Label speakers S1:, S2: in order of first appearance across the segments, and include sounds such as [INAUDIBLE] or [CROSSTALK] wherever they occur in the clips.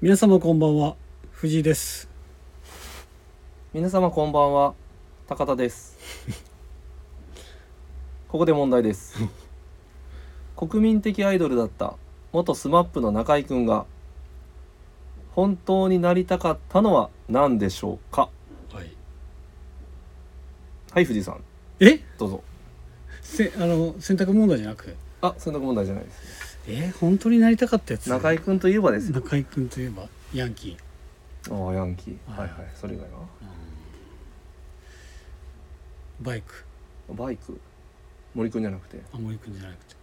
S1: 皆様こんばんは藤井です
S2: 皆様こんばんは高田です [LAUGHS] ここで問題です国民的アイドルだった元 SMAP の中居君が本当になりたかったのは何でしょうか
S1: はい
S2: はい藤井さん
S1: え
S2: どうぞ
S1: せあの選択問題じゃなく
S2: あ選択問題じゃないです
S1: え本当になりたかったやつ
S2: 中居君といえばですよ
S1: 中居君といえばヤンキ
S2: ああヤンキー
S1: は
S2: はいいはいそれ以外は
S1: ーバイク
S2: バイク森君じゃなくて
S1: あ森君じゃなくて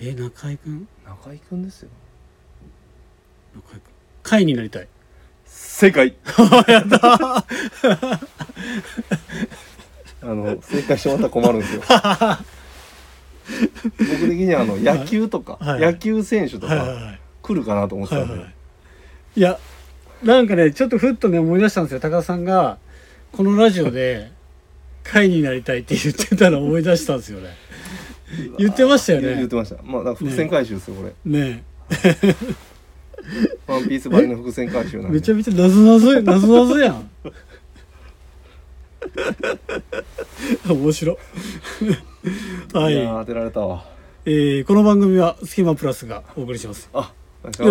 S1: え中居君
S2: 中居君ですよ
S1: 中居君会になりたい [LAUGHS]
S2: 正解あの正解してもらったら困るんですよ [LAUGHS] 僕的にはあの野球とか、
S1: はい
S2: 野球選手と
S1: はいはい
S2: か
S1: はい
S2: 来るかなと思って
S1: は
S2: た
S1: い
S2: んで、
S1: はいいやなんかねちょっとふっとね思い出したんですよ高田さんがこのラジオで会になりたいって言ってたのを思い出したんですよね言ってましたよね
S2: 言言ってましたまあだから伏線回収ですよこれ、
S1: ね
S2: ワンピースばりの伏線回収
S1: え
S2: なんで
S1: めちゃめちゃ謎謎
S2: [LAUGHS]
S1: や謎謎やん面白
S2: [LAUGHS]
S1: はいい
S2: やー当てられたわ
S1: えーこの番組は「スキマプラス」がお送りします
S2: あよ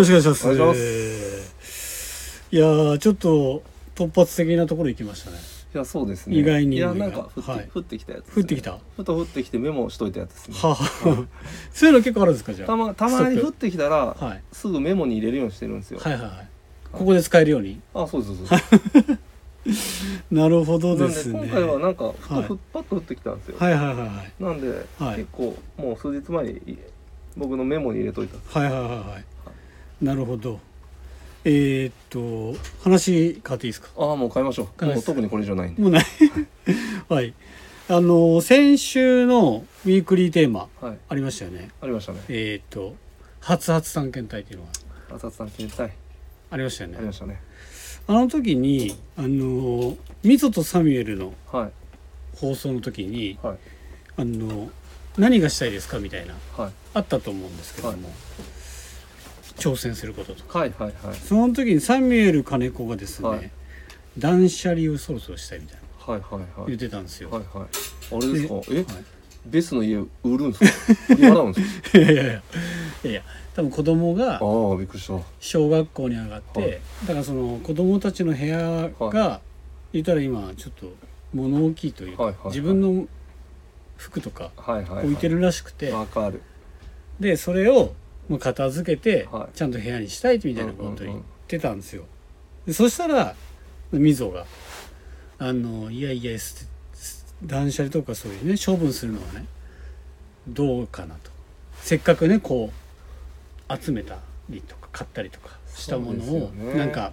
S1: よろしくお願いします
S2: お願いします
S1: いやーちょっと突発的なところ行きましたね
S2: いやそうですね
S1: 意外に
S2: いやなんか降って,、
S1: はい
S2: 降ってきたやつです
S1: 降
S2: ね、
S1: ってきたは
S2: ふと降ってきてメモしといたやつですね
S1: あ、そういうの結構あるんですかじゃあ
S2: たまたまに降ってきたら、
S1: はい、
S2: すぐメモに入れるようにしてるんですよ、
S1: はいはいはいここで使えるように
S2: あそうそうそうそう
S1: なるほどで
S2: なんです
S1: ね
S2: 今回はなんかふ
S1: は
S2: と
S1: い
S2: ふっぱっと降ってきたんですよ、
S1: はいはいはいはい
S2: なんで、
S1: はい
S2: 結構もう数日前に僕のメモに入れといた
S1: はいはいはいはいなるほどえーっと話変わっていいですか
S2: ああもう買いましょう
S1: 買い
S2: も
S1: ま
S2: う
S1: す
S2: 特にこれ以上ないんで
S1: もうない [LAUGHS] はいあの先週のウィークリーテーマ
S2: はい
S1: ありましたよね
S2: ありましたね
S1: えーっと「初発探検隊」っていうのが
S2: 浅田さん決済
S1: ありましたよ
S2: あり
S1: ね
S2: ましたね
S1: あの時にあのミソとサミュエルの
S2: はい
S1: 放送の時に
S2: はい
S1: あの何がしたいですかみたいな
S2: はい
S1: あったと思うんですけども、挑戦することとか
S2: はいはいはい
S1: その時にサミュエル金子がですね、
S2: はい
S1: 断捨離をそろそろしたいみたいな
S2: はいはいは
S1: 言
S2: い
S1: ってたんですよ、
S2: はいはいあれですかえ、
S1: はい [LAUGHS]
S2: ベスの家売るんです [LAUGHS] か今なんですか
S1: いやいやいやいやいや多分子供が
S2: ああびっくりしたは
S1: 小学校に上がって、
S2: はい
S1: だからその子供たちの部屋が、言ったら今ちょっと物置きというか、
S2: はいはいはい
S1: 自分の服とか
S2: いはい、はい、
S1: 置いてるらしくて、
S2: わかる
S1: でそれをまあ片付けて、
S2: はい
S1: ちゃんと部屋にしたいみたいなことを
S2: うんうんうん
S1: 言ってたんですよ、でそしたらみぞが「あのいやいや捨て捨て断捨離とかそういうね処分するのはねどうかなとせっかくねこう集めたりとか買ったりとかしたもの
S2: そうで
S1: を、
S2: すよね
S1: なんか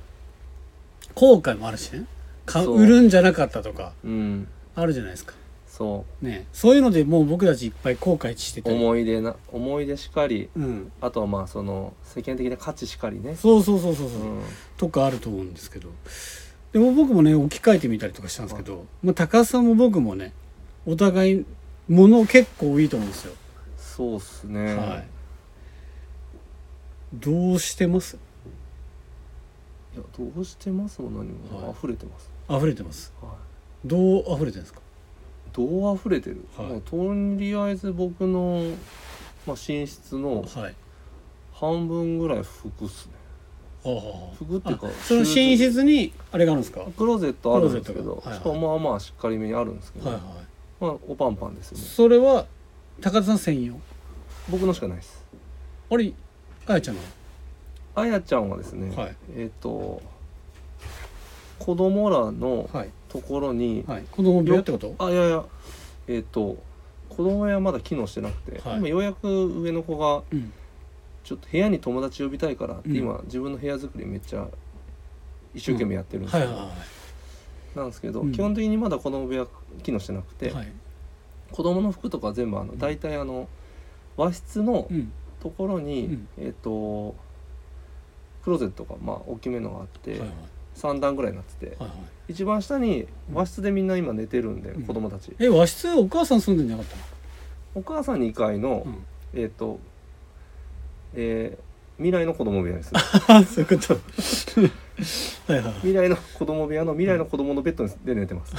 S1: 後悔もあるしね買う
S2: そう
S1: 売るんじゃなかったとか
S2: うん
S1: あるじゃないですか、
S2: そ
S1: ね、そういうのでもう僕たちいっぱい後悔して
S2: う
S1: たり、
S2: 思い出な思い出しかり
S1: うん、
S2: あとはまあその世間的な価値しかりね
S1: そうそうそうそうそうう、
S2: ん
S1: とかあると思うんですけどでも僕もね置き換えてみたりとかしたんですけど、まあ、高須さんも僕もねお互い物結構多いと思うんですよ、
S2: そうっすね、
S1: はいどうしてます
S2: いやどうしてますも何も、
S1: はい
S2: 溢れてます、
S1: 溢れてます
S2: は
S1: どう溢れてるんですか
S2: い、どう溢れてる、
S1: はい
S2: まあとりあえず僕の、まあ、寝室の
S1: はい
S2: 半分ぐらい服っすね
S1: はあはあ
S2: 服っていうか
S1: あその寝室にあれがあるんですかは
S2: クローゼットあるんですけど、
S1: クローゼットがはいはい
S2: しかもまあまあしっかりめにあるんですけ
S1: い
S2: ど、
S1: はい
S2: まあおパンパンですよね
S1: それは高田さん専用
S2: 僕のしかないです
S1: あれあやちゃんの
S2: あやちゃんはですね、
S1: はい
S2: えっ、と子供らの
S1: はい
S2: ところに、
S1: はい子供病ってこと
S2: あいやいやえっ、と子供はまだ機能してなくて、
S1: はい
S2: 今ようやく上の子が
S1: うん
S2: ちょっと部屋に友達呼びたいからって
S1: うん
S2: 今、自分の部屋作りめっちゃ一生懸命やってるんです
S1: はい
S2: け
S1: はい
S2: ど、
S1: は
S2: なんですけど、
S1: うん
S2: 基本的にまだ子供部屋機能してなくて、
S1: いはい
S2: 子供の服とか全部あの大体あの和室の
S1: うん
S2: ところに、
S1: うん
S2: えっ、とクローゼットがまあ大きめのがあって、
S1: はいはい
S2: 3段ぐらいになってて
S1: はいはい
S2: 一番下に和室でみんな今寝てるんで、
S1: うん
S2: 子供たち
S1: え和室お母さん住んでんじゃなかった
S2: お母さん2階の、
S1: の、うん
S2: えっ、と、えー未来の子供部屋にする
S1: あそういうことはいはい
S2: [LAUGHS] 未来の子供部屋の未来の子供のベッドで寝てます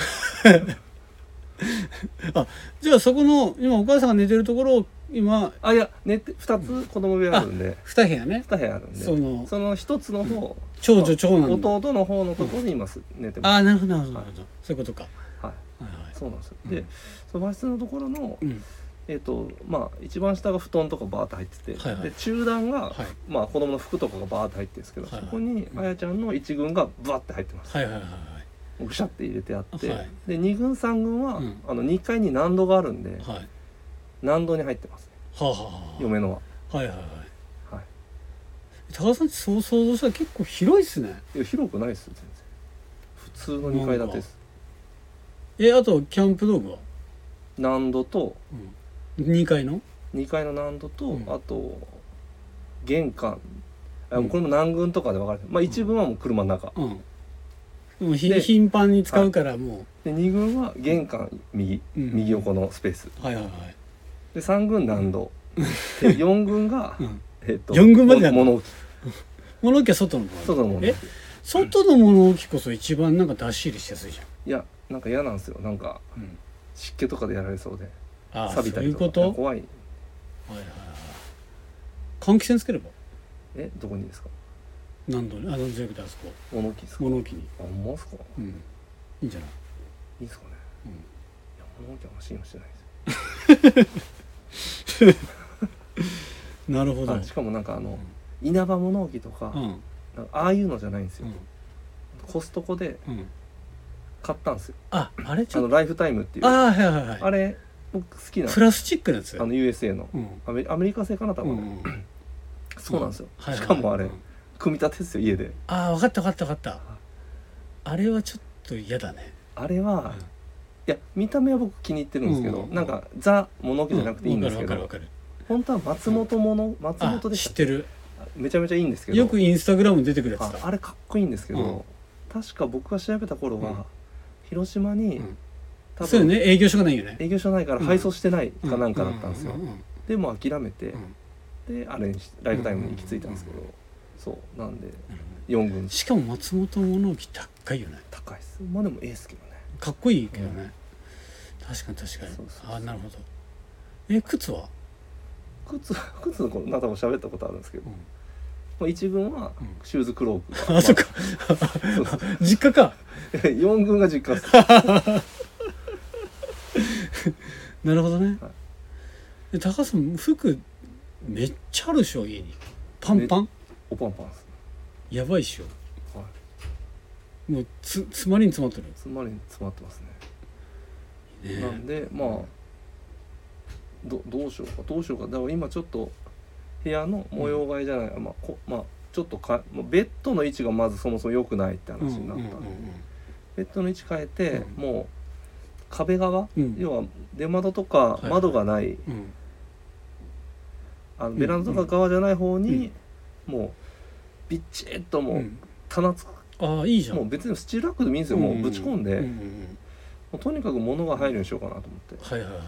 S1: じゃあそこの今お母さんが寝てるところを今
S2: あいや寝て2つ子供部屋あるんで
S1: 2部屋ね
S2: 2部屋あるんで
S1: その
S2: その1つの方
S1: 長女長男の
S2: 弟の方のところに今す寝てます
S1: ああなるほどなるほどなるほどそういうことか
S2: はい
S1: はいはい
S2: そうなんですよ、
S1: うん
S2: でその和室のところの、
S1: うん
S2: えっとまあ、一番下が布団とかバーって入ってて、
S1: はいはい
S2: で中段が、
S1: はい
S2: まあ、子供の服とかがバーって入ってるんですけど、
S1: はいはい
S2: そこに
S1: うん
S2: あやちゃんの一軍がブワって入ってます
S1: はいはいはい
S2: ぐしゃって入れてあって、
S1: はい
S2: で二軍三軍は、
S1: うん
S2: あの2階に難度があるんで
S1: はいはい
S2: 難度に入ってますね
S1: はあはあは
S2: 嫁のは
S1: あはいはいはい
S2: は
S1: 高田さんそう想像したら結構広いですね
S2: いいや広くないですよ全然普通の2階建てです
S1: えあとキャンプ道具は、
S2: 難度と
S1: うん、2階の
S2: 2階の難度と、
S1: うん
S2: あと玄関あ
S1: うん
S2: これも南軍とかで分かれてる、まあ、1軍はもう車の中、
S1: うんでもひ
S2: で
S1: 頻繁に使うからも
S2: で2軍は玄関右、
S1: うん
S2: 右横のスペース
S1: う、はい、はいはい
S2: で3軍難度、で4軍が、
S1: うん
S2: えっ
S1: [LAUGHS]
S2: と
S1: 四軍までやるの
S2: 物置
S1: 物置は外のもの
S2: 外の物
S1: え
S2: 置
S1: 外の物置こそ一番なんか出し入れしやすいじ
S2: いやなんか嫌なんですよなんか
S1: ゃん、うん、
S2: 湿気とかでやられそうで
S1: ああ
S2: 錆びた
S1: そうい
S2: り
S1: う
S2: とか
S1: こと
S2: 怖い
S1: はいはいはい換気扇つければ
S2: えどこにですか
S1: 何度にあのじゃなくてあそこ
S2: 物置ですか
S1: 物置に
S2: あ物置ですか
S1: うんいいんじゃない
S2: いいですかね、
S1: うん
S2: いや物置は欲しいのしてないですよ
S1: なるほど
S2: あしかもなんかあの、稲葉物置とか,、
S1: うん
S2: なんかああいうのじゃないんです
S1: う
S2: よ、
S1: ん
S2: コストコで
S1: うん
S2: 買ったんですよ
S1: ああれち
S2: あ
S1: ょ
S2: の
S1: っ
S2: ライフタイムっていう
S1: と
S2: あ
S1: ああーはいはいはい
S2: れ僕好きな
S1: プラスチックのやつ
S2: あの USA の
S1: うん
S2: アメリアメリカ製かな多
S1: う
S2: 分、
S1: んうん
S2: そうなんですよ、
S1: はいはい
S2: しかもあれ、
S1: うん
S2: 組み立てですよ家で
S1: ああ分かった分かった分かったあれはちょっと嫌だね
S2: あれは、
S1: うん
S2: いや見た目は僕気に入ってるんですけど、
S1: うん
S2: なんかザ物置じゃなくていいんですけ
S1: 分か
S2: ど、
S1: る分かる分かる
S2: 本当は松本もの松
S1: あ
S2: 本でし
S1: 知
S2: た
S1: ってる
S2: めちゃめちゃいいんですけど
S1: よくインスタグラムに出てくるや
S2: あ
S1: つだ
S2: あれかっこいいんですけど、
S1: うん
S2: 確か僕が調べた頃は、
S1: うん
S2: 広島に、
S1: うん
S2: 多
S1: そうよ
S2: 分、
S1: ね営業所がないよね
S2: 営業所ないから配送してないかなんかだったんですよ、
S1: ううん
S2: でも諦めて
S1: う、ん
S2: であれにしライフタイムに行き着いたんですけど、
S1: うん
S2: そうなんで
S1: なるほど
S2: 4軍
S1: しかも松本物置高いよね
S2: 高いですまあでもええっすけどね
S1: かっこいいけどね、確かに確かに
S2: そうそうそう
S1: ああなるほどえ靴は、
S2: 靴靴のこの中も喋ったことあるんですけど、
S1: う
S2: ま
S1: ん
S2: あ、1軍は
S1: うん
S2: シューズクローク、
S1: あそっか
S2: [LAUGHS] そうそう
S1: 実家か
S2: 4軍が実家っす
S1: なるほどね、
S2: は
S1: で高橋さん服めっちゃあるでしょ家にパンパン
S2: おパンパンっす
S1: やばいっしょ
S2: はい
S1: もうつ詰まりに詰まってる
S2: つまり詰まってますね
S1: ね
S2: なんでまあどどうしようかどうしようかだから今ちょっと部屋の模様替えじゃない、まあこまあちょっとかまあベッドの位置がまずそもそも良くないって話
S1: うんうん
S2: になったんで、
S1: う
S2: ベッドの位置変えて、
S1: うん
S2: もう壁側、
S1: うん
S2: 要は出窓とか
S1: い
S2: 窓がない、
S1: んうん
S2: あの
S1: ん
S2: ベランダとか側じゃない方に、もうビッチッとも
S1: う
S2: うん棚つく、
S1: ああいいじゃん
S2: もう別にスチールラックでもいいんですよ、もうぶち込んで、
S1: うう
S2: も
S1: んうん
S2: うとにかく物が入るようにしようかなと思って、
S1: はいはいはい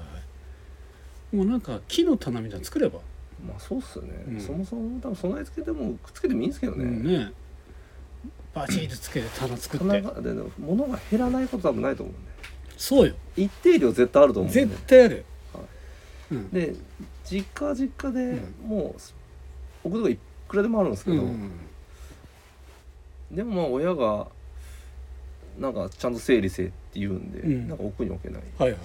S1: もうなんか木の棚みたいなの作れば
S2: まあそうっすよね、
S1: うん
S2: そもそも多分備え付けてもくっつけてもいいんですけどね、
S1: うんねバチッとつけて棚作っ
S2: 棚
S1: て
S2: がででも物が減らないこと多分ないと思うんで
S1: そうよ
S2: 一定量絶対あると思うんで
S1: 絶対ある
S2: はい
S1: うん
S2: で実家は実家で
S1: う
S2: もうす置くとこいくらでもあるんですけ
S1: う
S2: ど、
S1: ん
S2: でもまあ親がなんかちゃんと整理せえって言うんで、
S1: うん
S2: なんか奥に置けないし、
S1: はいはいは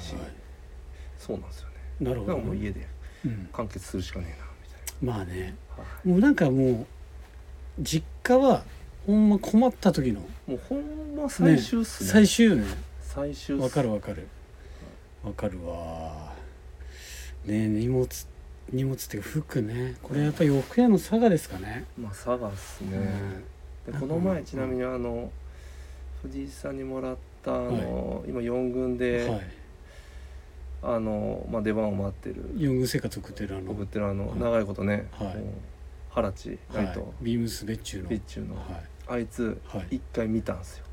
S2: そうなんですよね
S1: いなる
S2: だ
S1: ほ
S2: から
S1: ど
S2: もう
S1: ね
S2: 家で
S1: うん
S2: 完結するしかねえなみたい
S1: まあね
S2: な、はい
S1: もうなんかもう実家はほんま困った時の
S2: もうほんま最終っすね
S1: 最終よね
S2: 最終っす
S1: わかるわかるわかるわねえ荷物荷物っていうか服ねこれやっぱ洋服屋の佐賀ですかね
S2: まあ佐賀っすね、
S1: うん
S2: でこの前ちなみにあの藤井さんにもらったあの、今4軍で、
S1: はい
S2: あの、まあ、出番を待ってる
S1: 四軍生活送ってるあの
S2: 送ってるあの、
S1: はい
S2: 長いことね、
S1: はい
S2: もう原地ライト、
S1: はい、ビームス別注の
S2: ピッチューの、
S1: は
S2: あいつ
S1: い、はい、
S2: 一回見たんすよ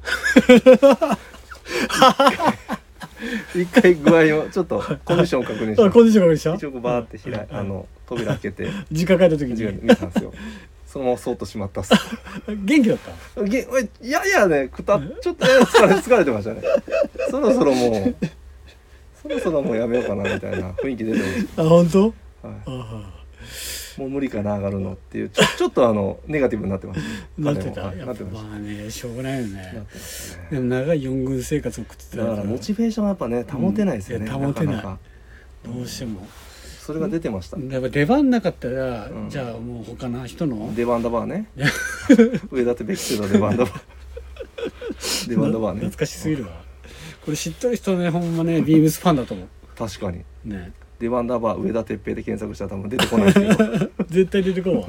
S2: [LAUGHS] 一回具合をちょっとコンディションを確認し
S1: あ
S2: ま
S1: コンディションがでした
S2: 一応こうバーって開いあの扉開けて
S1: 時間帰った時
S2: 時間
S1: に
S2: 見たんすよそのままそうとしまったっす
S1: 元気だった
S2: げおいいやいやねくたちょっとね疲れ疲れてましたねそろそろもうそろそろもうやめようかなみたいな雰囲気出てまし
S1: あ本当
S2: た、は
S1: ああ
S2: い、もう無理かな上がるのっていうちょちょっとあのネガティブになってました
S1: なってた、
S2: 彼もはい
S1: や
S2: な
S1: っ
S2: って
S1: ぱ
S2: ました
S1: まあねしょうがないよ
S2: なっ
S1: ね
S2: てましたね
S1: でも長い四軍生活を送ってた
S2: だからモチベーションはやっぱね保てないですよね、
S1: うんいや保てない
S2: なかなか
S1: どうしても
S2: それが出てました、
S1: やっぱ出番なかったら、
S2: うん
S1: じゃあもう他の人の
S2: デバンダバーね
S1: いや
S2: 上田ってベッキスのデバンダバー
S1: [LAUGHS]
S2: デバンダバーね
S1: 懐かしすぎるわこれ知ってる人ねほんま
S2: [LAUGHS]
S1: ねビームスファンだと思
S2: 確かに
S1: うね
S2: デバンダバー上田哲平で検索したら多分出てこないですけど
S1: 絶対出てこ
S2: [LAUGHS]
S1: うわ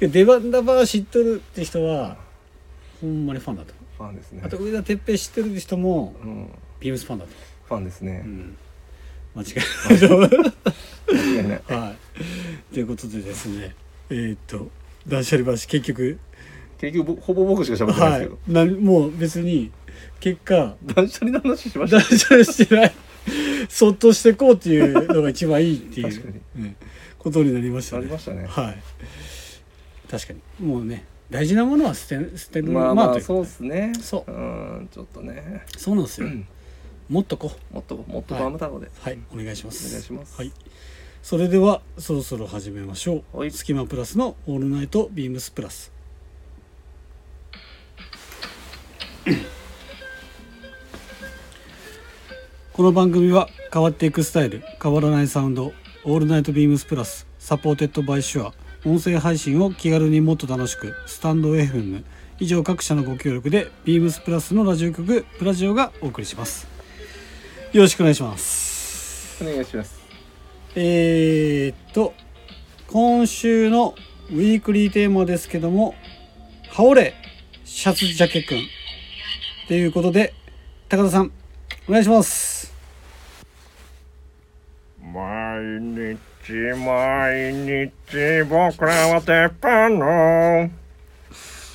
S1: 出番だば知ってるって人はほんまにファンだと思
S2: ファンですね
S1: うあと上田哲平知ってるって人も
S2: うん
S1: ビームスファンだと
S2: ファンですね
S1: 思う、う、ん、間違いないと思う
S2: 間違
S1: [LAUGHS]
S2: いない [LAUGHS]
S1: はい。ということでですね、えーっと、断捨離話、結局、
S2: 結局ぼほぼ僕しか喋ってな
S1: は
S2: いですけど、
S1: い、なんもう別に、結
S2: [LAUGHS]
S1: 果、
S2: 断捨離の話しました
S1: 断捨離してない、そっとしてこうっていうのが一番いいってい
S2: 確か
S1: う、うんことになりました
S2: あり
S1: ね。
S2: ましたね
S1: はい。確かに。もうね、大事なものは捨て捨てる
S2: まあ
S1: ま
S2: ま
S1: あと
S2: あ
S1: いう
S2: そうですね
S1: そうん
S2: ちょっとね
S1: そうなん
S2: [CLEARS THROAT]
S1: ですよ。もっとこう。
S2: もっともっとバーム太郎で、
S1: はい、お願いします。
S2: お願いします
S1: はい。それでは、そろそろ始めましょう。
S2: はい
S1: スキマプラスのオールナイトビームスプラス。 [CLEARS THROAT] この番組は変わっていくスタイル、変わらないサウンド、オールナイトビームスプラス、サポーテッドバイシュア、音声配信を気軽にもっと楽しく、スタンド FM、以上各社のご協力で、ビームスプラスのラジオ局、プラジオがお送りします。よろしくお願いします。
S2: お願いします
S1: えーっと今週のウィークリーテーマですけども「羽織れシャツジャケくん」ということで高田さんお願いします
S3: 毎日毎日僕らは鉄板の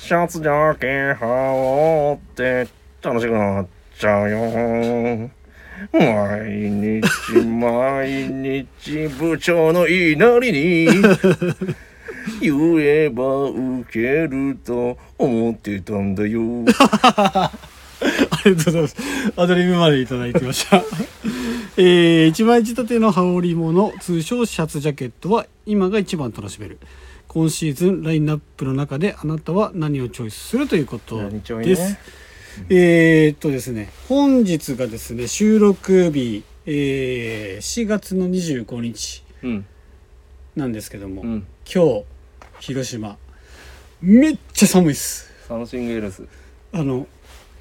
S3: シャツだけ羽織って楽しくなっちゃうよ毎日毎日部長の言いなりに言えばウケると思ってたんだよ
S1: ありがとうございます [LAUGHS] アドリブまでいただいてました [LAUGHS] えー、一枚仕立ての羽織物通称シャツジャケットは今が一番楽しめる今シーズンラインナップの中であなたは何をチョイスするということ
S2: 何ちょい
S1: で
S2: ね
S1: す、えーっとですね、本日がですね、収録日、えー4月の25日
S2: うん
S1: なんですけども、
S2: う
S1: 今
S2: ん
S1: 日、広島、めっちゃ寒いっす。
S2: サムシングエルス
S1: あの、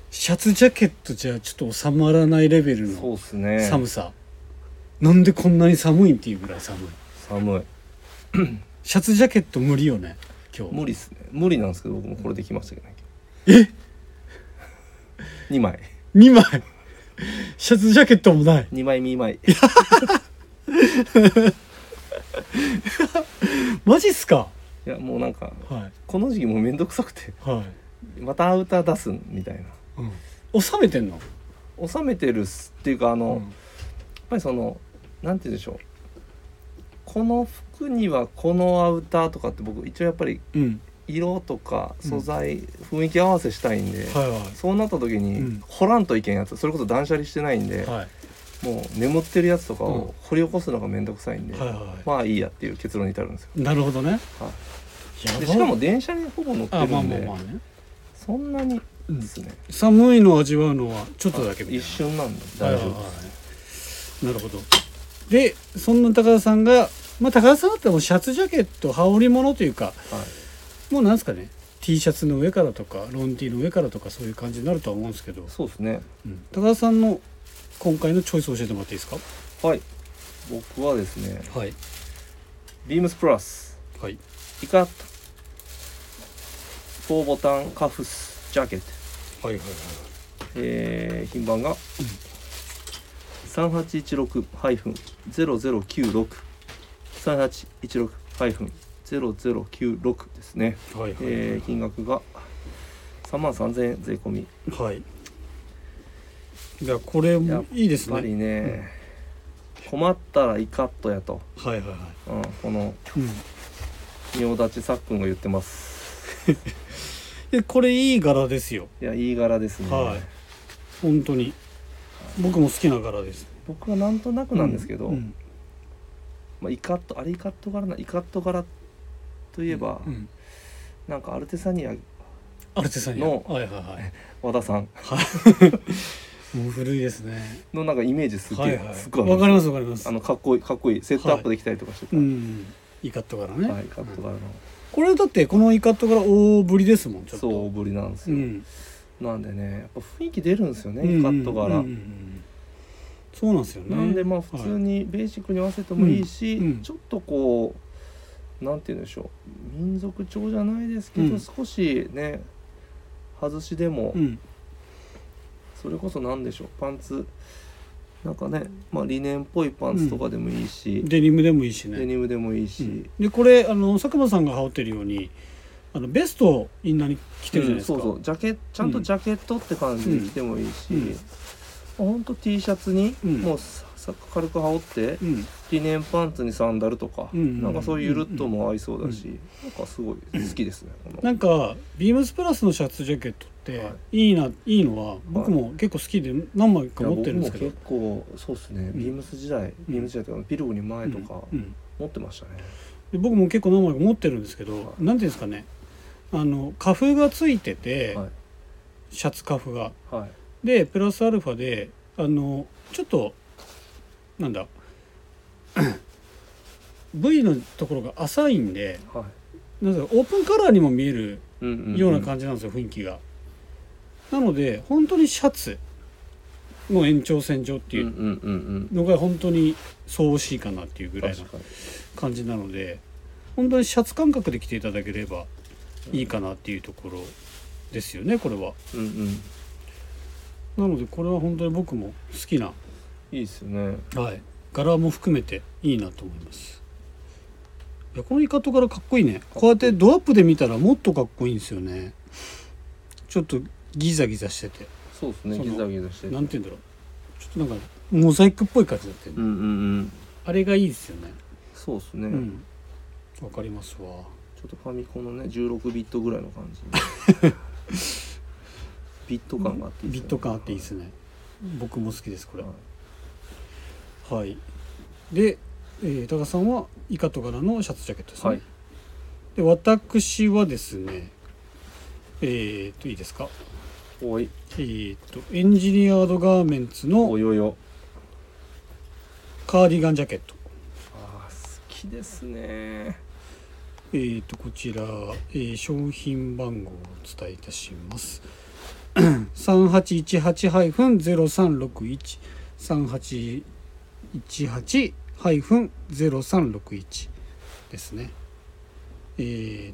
S1: シャツジャケットじゃちょっと収まらないレベル
S2: そう
S1: の
S2: っすね
S1: 寒さ。なんでこんなに寒いんっていうぐらい寒い。
S2: 寒い
S1: シャツジャケット無理よね、今日。
S2: 無理っすね無理なんですけど僕もこれできましたけどねえ2枚
S1: 2枚。シャツジャケットもない。
S2: 2枚2枚
S1: マジっすか
S2: いやもうなんか
S1: はい。
S2: この時期もうめんどくさくて
S1: はい。
S2: またアウター出すみたいな
S1: うん。収めてんの
S2: 収めてるっすっていうかあの、
S1: う
S2: やっ
S1: ん
S2: ぱりそのなんて言うんでしょうこの服にはこのアウターとかって僕一応やっぱり
S1: うん。
S2: 色とか
S1: うん
S2: 素材、雰囲気合わせしたいんで、
S1: はいはい。
S2: そうなった時に、
S1: うん
S2: 掘らんといけんやつそれこそ断捨離してないんで、
S1: はい
S2: もう眠ってるやつとか
S1: うん
S2: を掘り起こすのがめんどくさいんで、
S1: はいはい
S2: まあいいやっていう結論に至るんですよ。
S1: なるほどね。
S2: は
S1: やば
S2: でしかも電車にほぼ乗って
S1: あ
S2: る
S1: まあ
S2: ん
S1: まあ
S2: で、
S1: まあね。
S2: そんなにですね、
S1: 寒いのを味わうのはちょっとだけみたい
S2: 一
S1: な。
S2: 瞬なんで
S1: はい
S2: 大
S1: はい
S2: 丈夫
S1: は
S2: です。
S1: い。なるほど。でそんな高田さんがまあ高田さんだったらもうシャツジャケット羽織物というか
S2: はい
S1: もうなんですかね T シャツの上からとかロンティーの上からとかそういう感じになるとは思うんですけど、
S2: そうですね。
S1: うん高田さんの今回のチョイスを教えてもらっていいですか
S2: はい。僕はですね、
S1: はい
S2: ビームスプラス、
S1: はい
S2: イカット、4ボタンカフスジャケット、
S1: はいはい
S2: えー、品番が3816-0096、3816-0096ですね。
S1: はいはい
S2: えー、金額が3万3000円税込み。
S1: はいじゃあこれもいいです
S2: やっぱり
S1: ね
S2: ね、困ったらイカットやと、
S1: はいはいはい
S2: うん、この
S1: うん
S2: 仁王立ちさっくんが言ってます
S1: でこれいい柄ですよ
S2: いやいい柄ですね、
S1: はい本当に僕も好きな柄です
S2: 僕はなんとなくなんですけど、
S1: うん
S2: まあ、イカットあれイカット柄なイカット柄といえば、
S1: うん
S2: なんかアルテサニア
S1: アルテサニア
S2: の
S1: はいはいはい
S2: 和田さん [LAUGHS]
S1: もう古いですね
S2: のなんかイメージすっげえ、
S1: はいはい
S2: すっごい
S1: わかり
S2: ま
S1: ますわかります
S2: あのかっこいいかっこいいセットアップできたりとかしてた、
S1: う
S2: はい
S1: んイカット柄ね、
S2: イカット柄の
S1: これだってこのイカット柄大ぶりですもんちょっと
S2: そう大ぶりなんです
S1: う
S2: よ、
S1: ん
S2: なんでねやっぱ雰囲気出るんですよね、
S1: うん
S2: イカット
S1: う
S2: 柄、
S1: んうんうんそうなんですよね
S2: なんでまあ普通
S1: はい
S2: にベーシックに合わせてもいいし、
S1: うんうん
S2: ちょっとこうなんて言うんでしょう民族調じゃないですけど、
S1: うん
S2: 少しね外しでも、
S1: うん
S2: それこそなんでしょうパンツなんかね、まあ、リネンっぽいパンツとかでもいいし、
S1: デニムでもいいしね
S2: デニムでもいいし、
S1: うんでこれあの佐久間さんが羽織ってるようにあのベストをみんなに着てるじゃないですか、
S2: うんそうそうジャケちゃんとジャケットって感じで着てもいいし、
S1: うんうん
S2: まあほんと T シャツに、
S1: うん
S2: もうささ軽く羽織って
S1: うん
S2: リネンパンツにサンダルとか、
S1: うんうん
S2: なんかそういうゆるっとも合いそうだし、なんかすごい好きですね、こ
S1: な
S2: の
S1: んかビームスプラスのシャツジャケットって
S2: はい
S1: いな、い、いのは僕も結構好きで何枚か持ってるんですけ
S2: い
S1: ど
S2: や僕も結構そうですね、ビームス時代ビームス時代とかピルゴに前とか
S1: うんうん
S2: 持ってましたね、
S1: で僕も結構何枚か持ってるんですけど、
S2: は
S1: なんていうんですかねあのカフがついてて、
S2: はい
S1: シャツカフが
S2: はい
S1: でプラスアルファであのちょっとなんだ [CLEARS THROAT] V のところが浅いんで
S2: はい
S1: なんだろうオープンカラーにも見える
S2: うんんん
S1: ような感じなんですよ、雰囲気が。なので本当にシャツの延長線上ってい
S2: うん
S1: う
S2: うんうんうん
S1: のが本当にそうしいかなっていうぐらいの
S2: 確かに
S1: 感じなので本当にシャツ感覚で着ていただければいいかなっていうところですよねこれは。
S2: うんうん
S1: なのでこれは本当に僕も好きな、
S2: いいですよね
S1: はい、柄も含めていいなと思います。いやこのイカット柄かっこいいねこうやってドアップで見たらもっとかっこいいんですよねちょっとギザギザしてて
S2: そうですね
S1: その
S2: ギザギザしてて
S1: なんて言うんだろうちょっとなんかモザイクっぽい感じだったよね、
S2: うんうんうん
S1: あれがいいですよね
S2: そうですね、
S1: うんわかりますわ
S2: ちょっとファミコンのね16ビットぐらいの感
S1: [LAUGHS]
S2: じビット感があっていい
S1: ビ
S2: ですよね
S1: ット感あっていいですね僕も好きですこれ
S2: はい
S1: はいで、えー、高田さんはイカと柄のシャツジャケットですね、
S2: はい
S1: で私はですねえー、っといいですか
S2: おい
S1: えー、っとエンジニアードガーメンツ
S2: お
S1: の
S2: いおいお
S1: カーディガンジャケット
S2: あー好きですね
S1: えー、とこちら、えー商品番号をお伝えいたします。3818-0361 3818-0361ですね。え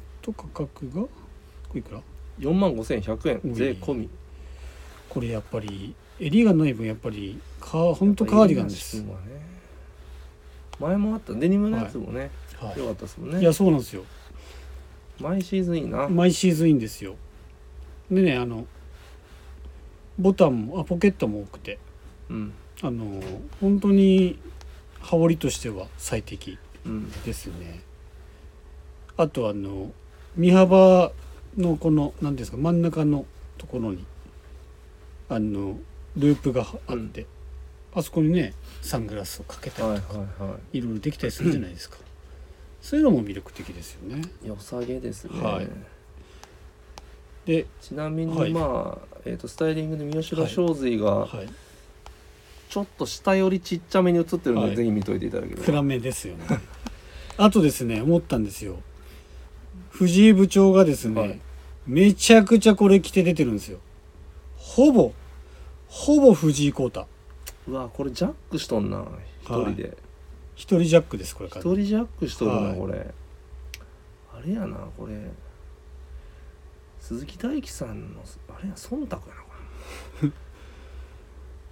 S1: ー、と価格がこれいくら
S2: 4万5100
S1: おい
S2: 円税込み
S1: これやっぱり襟がない分やっぱりカー本当カーディガンです
S2: やっ。ぱいいな質問はね前もあったデニムのやつもね、
S1: は
S2: 良かったですもん
S1: い、い
S2: ね
S1: やそうなんですよ。
S2: 毎シーズンいいな、
S1: 毎シーズンいいんですよでねあのボタンもあポケットも多くて
S2: うん
S1: あの本当に羽織としては最適
S2: うん
S1: ですねあとあの身幅のこの何ですか真ん中のところにあのループがあって、あそこにねサングラスをかけた
S2: はい
S1: り
S2: はい
S1: とか、、
S2: はい
S1: ろいろできたりするじゃないですか、そういうのも魅力的ですよね
S2: い良さげですね、
S1: はいで、
S2: ちなみ
S1: は
S2: に
S1: い
S2: まあ、えー、とスタイリングで三
S1: は
S2: 好
S1: い
S2: 正髄が
S1: はい、
S2: ちょっと下よりちっちゃめに映ってるので、
S1: はい
S2: ぜひ見といていただければ
S1: 暗めですよねあとですね思ったんですよ藤井部長がですね、
S2: はい
S1: めちゃくちゃこれ着て出てるんですよほぼほぼ藤井耕太
S2: うわこれジャックしとんな一人で
S1: 一人ジャックですこれ
S2: 一、
S1: から
S2: 人ジャックしとるな、
S1: はい
S2: これあれやなこれ鈴木大樹さんのあれや忖度やなこ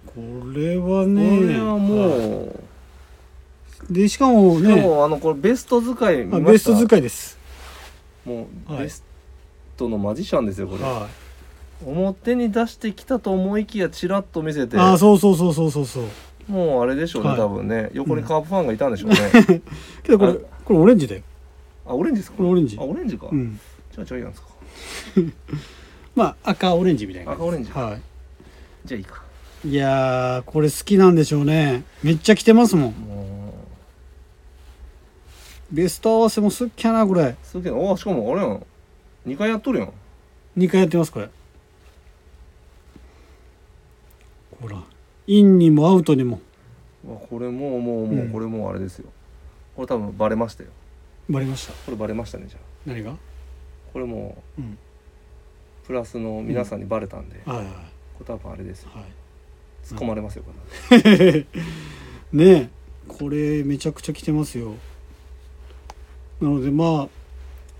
S1: これは
S2: れ、
S1: ね
S2: これはも
S1: は
S2: う、
S1: いでしかも
S2: で
S1: ね
S2: もあのこれベスト使い見
S1: あ
S2: ました
S1: ベスト使いです
S2: もう、
S1: はい
S2: ベストのマジシャンですよこれ
S1: は
S2: 表に出してきたと思いきやちらっと見せ
S1: い
S2: て
S1: あそうそうそうそうそうそう
S2: もうあれでしょうね、
S1: はい
S2: 多分ね横にカープファンがいたんでしょうね、
S1: けどこ
S2: あ
S1: れこれオレンジだよ
S2: あオレンジですか
S1: これオレンジ
S2: あオレンジか、
S1: うん、
S2: じゃあジャイアンツか
S1: まあ赤オレンジみたいな感じ
S2: 赤オレンジ
S1: は
S2: じゃあいいか
S1: いいやーこれ好きなんでしょうねめっちゃ着てますもん
S2: も
S1: ベスト合わせもすっきゃなこれ
S2: うすげえなあしかもあれやん2回やっとるやん
S1: 2回やってますこれほらインにもアウトにも
S2: うわこれもうもうも
S1: う
S2: うんこれもうあれですよ、これ多分バレましたよ
S1: バレました
S2: これバレましたねじゃあ
S1: 何が
S2: これもう、
S1: うん
S2: プラスの皆さんにバレたんで、こ
S1: はいはい
S2: れ多分あれですよ
S1: はいはい
S2: 突っ込まれますよこれ、
S1: ねえこれめちゃくちゃ来てますよなのでまあ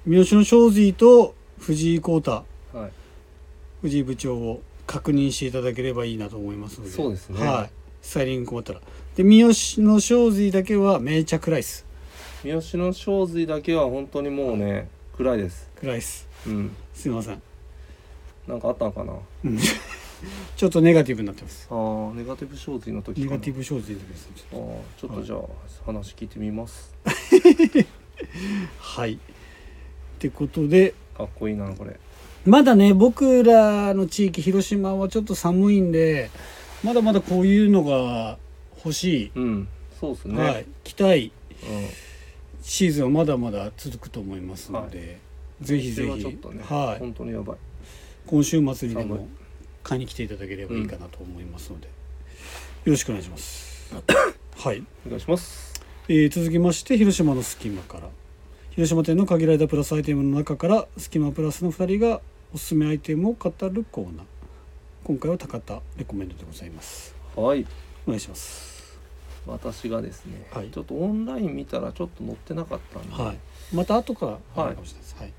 S1: 三好の正髄と藤井耕太
S2: はい、
S1: 藤井部長を確認していただければいいなと思いますので
S2: そうですね
S1: はい、スタイリング困ったらで三好の正髄だけはめちゃ暗いっす
S2: 三好の正髄だけは本当にもうね暗いです
S1: 暗いっす
S2: うん
S1: すいません
S2: なんかあったのかなあ
S1: うんちょっとネガティブになってます
S2: ーネガティブ正髄の時
S1: ネ
S2: かな
S1: ガティブ正髄の時です
S2: あーちょっとじゃあ話聞いてみます
S1: はいってことで
S2: かっこいいなこれ
S1: まだね僕らの地域広島はちょっと寒いんでまだまだこういうのが欲し
S2: うんそうです
S1: い、
S2: ね、
S1: はい、着たい
S2: うん
S1: シーズンはまだまだ続くと思いますので、ぜひぜ
S2: これは
S1: ひ、
S2: ちょっとね、
S1: はい、
S2: 本当にやばい
S1: 今週末にで
S2: 寒
S1: も
S2: い
S1: 買いに来ていただければいいかなと思いますので、よろしくお願いします。
S2: [LAUGHS]
S1: はい、
S2: お願いします
S1: えー続きまして広島の隙間から広島店の限られたプラスアイテムの中から隙間プラスの2人がおすすめアイテムを語るコーナー今回は高田レコメンドでございます
S2: はい
S1: お願いします
S2: 私がですね、
S1: はい
S2: ちょっとオンライン見たらちょっと載ってなかったんで、
S1: はいまた後からあるかもしれないですはい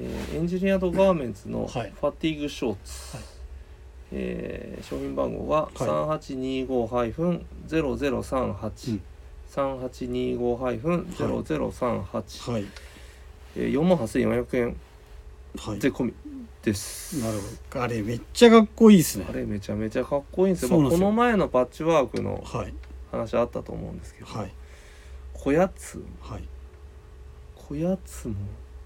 S2: えーエンジニアドガーメンツのフ
S1: はい
S2: ァティグショーツ、
S1: はい
S2: えー商品番号は
S1: うん
S2: 3825-0038、3825-0038、
S1: はい
S2: えー、48,400円
S1: はい、
S2: 税込みです、
S1: なるほどあれめっちゃかっこいいですね
S2: あれめちゃめちゃかっこいいんですよ
S1: そうなんで
S2: まあ
S1: す
S2: こ
S1: よ
S2: の前のパッチワークの
S1: はい
S2: 話あったと思うんですけど、
S1: はい
S2: こやつ
S1: はい
S2: こやつも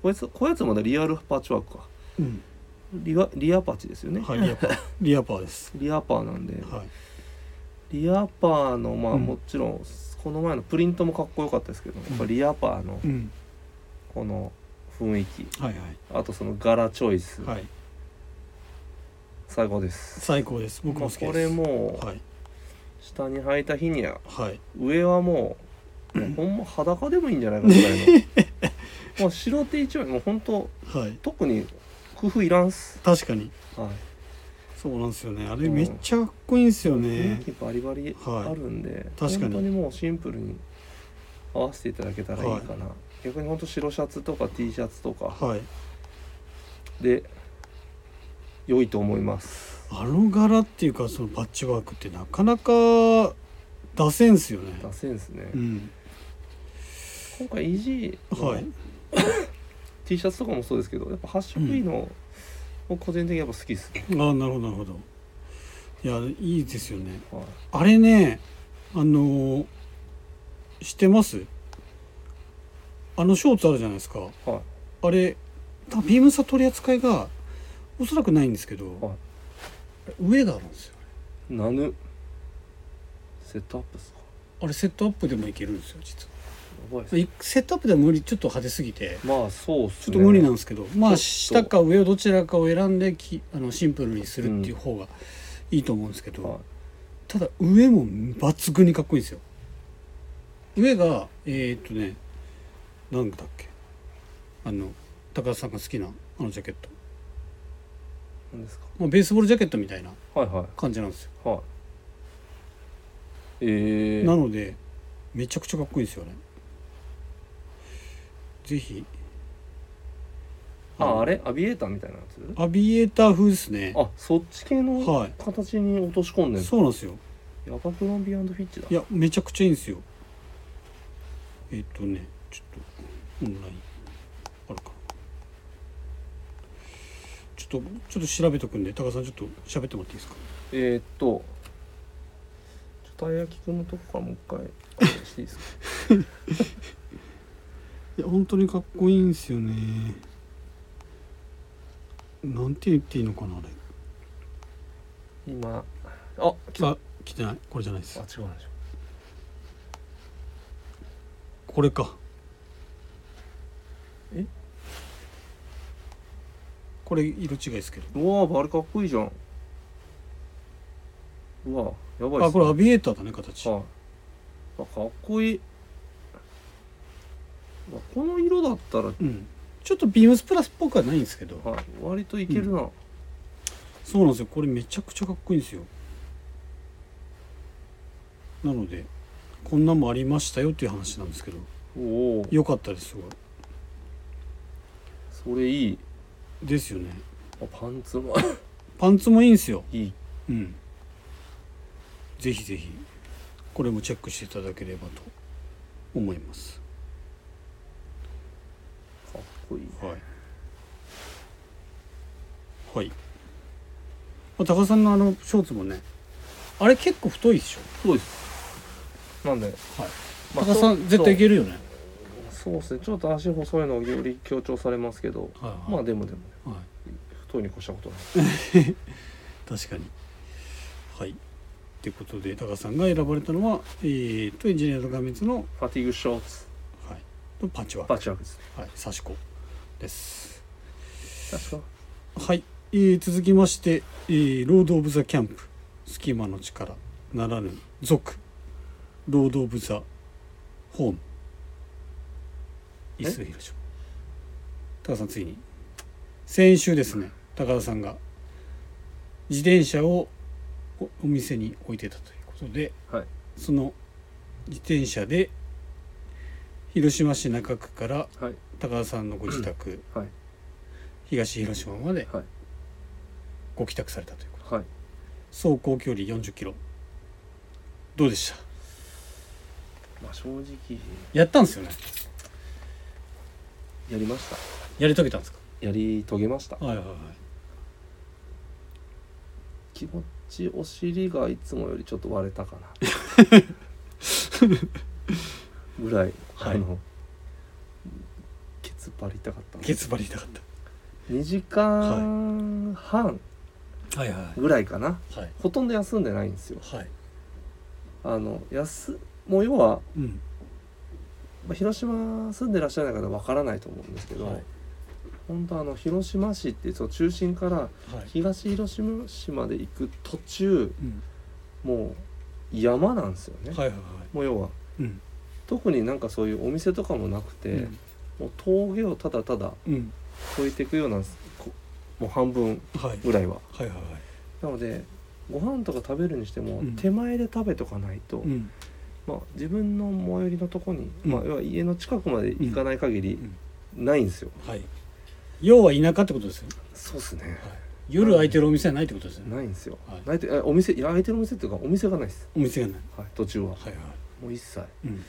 S2: こやつこやつもねリアルパッチワークか
S1: うん
S2: リアリアパッチですよね、
S1: はいリア
S2: [LAUGHS]
S1: パーリアパーです
S2: リアパーなんで、
S1: はい
S2: リアパーのまあ
S1: うん
S2: もちろんこの前のプリントもかっこよかったですけど、やっぱリアパーの
S1: うん
S2: この雰囲気
S1: はい
S2: あとその柄チョイス、
S1: はいはい
S2: 最高です
S1: 最高です僕
S2: ま
S1: も
S2: あ
S1: 好きです
S2: これも
S1: はいう
S2: 下に履いた日には
S1: はい
S2: 上はもうもうほんま裸でもいいんじゃないかぐらい
S1: [LAUGHS]
S2: のもう白 T 一枚もう本当
S1: はい
S2: 特に工夫いらんっす、
S1: 確かに
S2: はい
S1: そうなんですよねあれめっちゃかっこいいんですよね、
S2: 雰囲気バリバリ
S1: はい
S2: あるんで、
S1: 確かに
S2: 本当にもうシンプルに合わせていただけたらいいかな、逆に本当白シャツとか T シャツとか、
S1: はい、
S2: で良いと思います
S1: あの柄っていうかそのパッチワークってなかなか出せんすよね。
S2: 出せんですね、
S1: うん、
S2: 今回 EG の
S1: はい、
S2: T シャツとかもそうですけどやっぱ発色いいの、僕個人的にやっぱ好きですね、
S1: ああなるほどなるほど。いやいいですよね。
S2: はい、
S1: あれねあのー知ってますあのショーツあるじゃないですか。
S2: はい
S1: あれ多分ビームサ取り扱いがおそらくないんですけど、
S2: は
S1: 上があるんですよ。
S2: ナヌセットアップですか
S1: あれセットアップでもいけるんですよ実
S2: やばいっす
S1: は。セットアップでは無理ちょっと派手すぎて。
S2: まあそうっ
S1: ち
S2: す
S1: ょ
S2: ね
S1: っと無理なんですけど、まあ
S2: ちょっ
S1: 下
S2: と
S1: か上をどちらかを選んできあのシンプルにするっていう方がいいと思うんですけど、
S2: はい
S1: ただ上も抜群にかっこいいんですよ上がえー、っとね何だっけあの高田さんが好きなあのジャケット、
S2: なんですか
S1: まあ、ベースボールジャケットみたいな
S2: はいはい
S1: 感じなんですよ、
S2: はいえ
S1: な
S2: ー、
S1: のでめちゃくちゃかっこいいんですよねぜひ
S2: ああれアビエーターみたいなやつ
S1: アビエーター風ですね
S2: あそっち系
S1: は
S2: の
S1: い
S2: 形に落とし込んでる、
S1: そうなんですよ
S2: ヤバクロンビーフィッチだ
S1: いやめちゃくちゃいいんですよえっ、とねちょっとオンラインあるかなちょっとちょっと調べとくんで高田さんちょっと喋ってもらっていいですか
S2: えー、っと、ちょっとたい焼きくんのとこからもう一回、していいですか。
S1: いや本当にかっこいいんですよねなんて言っていいのかなあれ
S2: 今あ来たあ
S1: あ来てないこれじゃないです
S2: 違うんでしょ
S1: これか
S2: え
S1: これ色違いですけど
S2: うわーあれかっこいいじゃんうわーやばいっすね
S1: あこれアビエーターだね形
S2: はい、あかっこいいあこの色だったら、
S1: うんちょっとビームスプラスっぽくはないんですけど
S2: はい、割といけるな、
S1: そうなんですよこれめちゃくちゃかっこいいんですよなのでこんなんもありましたよっていう話なんですけど
S2: おお
S1: 良かったですすごい
S2: それいい
S1: ですよね
S2: あパンツも
S1: パンツもいいんですよ
S2: いい
S1: うんぜひぜひこれもチェックしていただければと思います
S2: かっこいい
S1: はいはいまあ高田さんのあのショーツもねあれ結構太いでしょ、
S2: そうですなんで、
S1: はい
S2: まあ
S1: 高田さん絶対いけるよね
S2: そうそうですねちょっと足細いのがより強調されますけど
S1: はい
S2: まあでもでも
S1: はい、
S2: 太いに越したことない
S1: 確かにはいということで高田さんが選ばれたのはえー、とエンジニアードガーメンツの、
S2: ファティグショーツ
S1: はい、のパッチワー
S2: パッ
S1: ク
S2: チワークですね
S1: はい刺し子です
S2: 確か
S1: はい、えー続きまして、えーロード・オブ・ザ・キャンプ」「スキマの力」ならぬ「族」「ロード・オブ・ザ・ホーム」
S2: え
S1: 伊勢広島高田さん次に先週ですね高田さんが自転車をおお店に置いてたということで、
S2: はい
S1: その自転車で広島市中区から
S2: はい
S1: 高田さんのご自宅、
S2: はい
S1: 東広島まで
S2: はい
S1: ご帰宅されたということ
S2: はい
S1: 走行距離40キロどうでした
S2: まあ正直
S1: やったんですよね
S2: やりました
S1: やり遂げたんですか
S2: やり遂げました
S1: はいはいはい
S2: 気持ちお尻がいつもよりちょっと割れたかな
S1: [LAUGHS]
S2: ぐらい、
S1: はい
S2: あのケツバリ痛かった
S1: ケツバリ痛かっ
S2: 2時間半
S1: たはいはい
S2: ぐらいかな、
S1: はい
S2: ほとんど休んでないんですよ
S1: はい
S2: あの休もう要は
S1: うん
S2: まあ広島住んでらっしゃる方は分からないと思うんですけど、
S1: はい
S2: 本当あの広島市ってその中心から
S1: はい
S2: 東広島市まで行く途中
S1: うん
S2: もう山なんですよね、
S1: はいはいはい
S2: もう要は
S1: うん
S2: 特になんかそういうお店とかもなくて、
S1: うん
S2: もう峠をただただ
S1: うん
S2: 越えていくようなこもう半分
S1: はい
S2: ぐらいは
S1: はいはいは
S2: なのでご飯とか食べるにしても、
S1: うん
S2: 手前で食べとかないと、
S1: いうん
S2: まあ、自分の最寄りのとこに、
S1: うん
S2: まあ、要は家の近くまで行かない限り
S1: ん
S2: ないんですよ、
S1: はい要は田舎ってことですよね、
S2: そうですね
S1: はい、夜空いてるお店はないってことですよね
S2: ないんですよ、
S1: はい
S2: ないとえお店いや空いてるお店っていうかお店がないです、
S1: お店がない
S2: はい、途中は、
S1: はいは
S2: もう一切
S1: いうん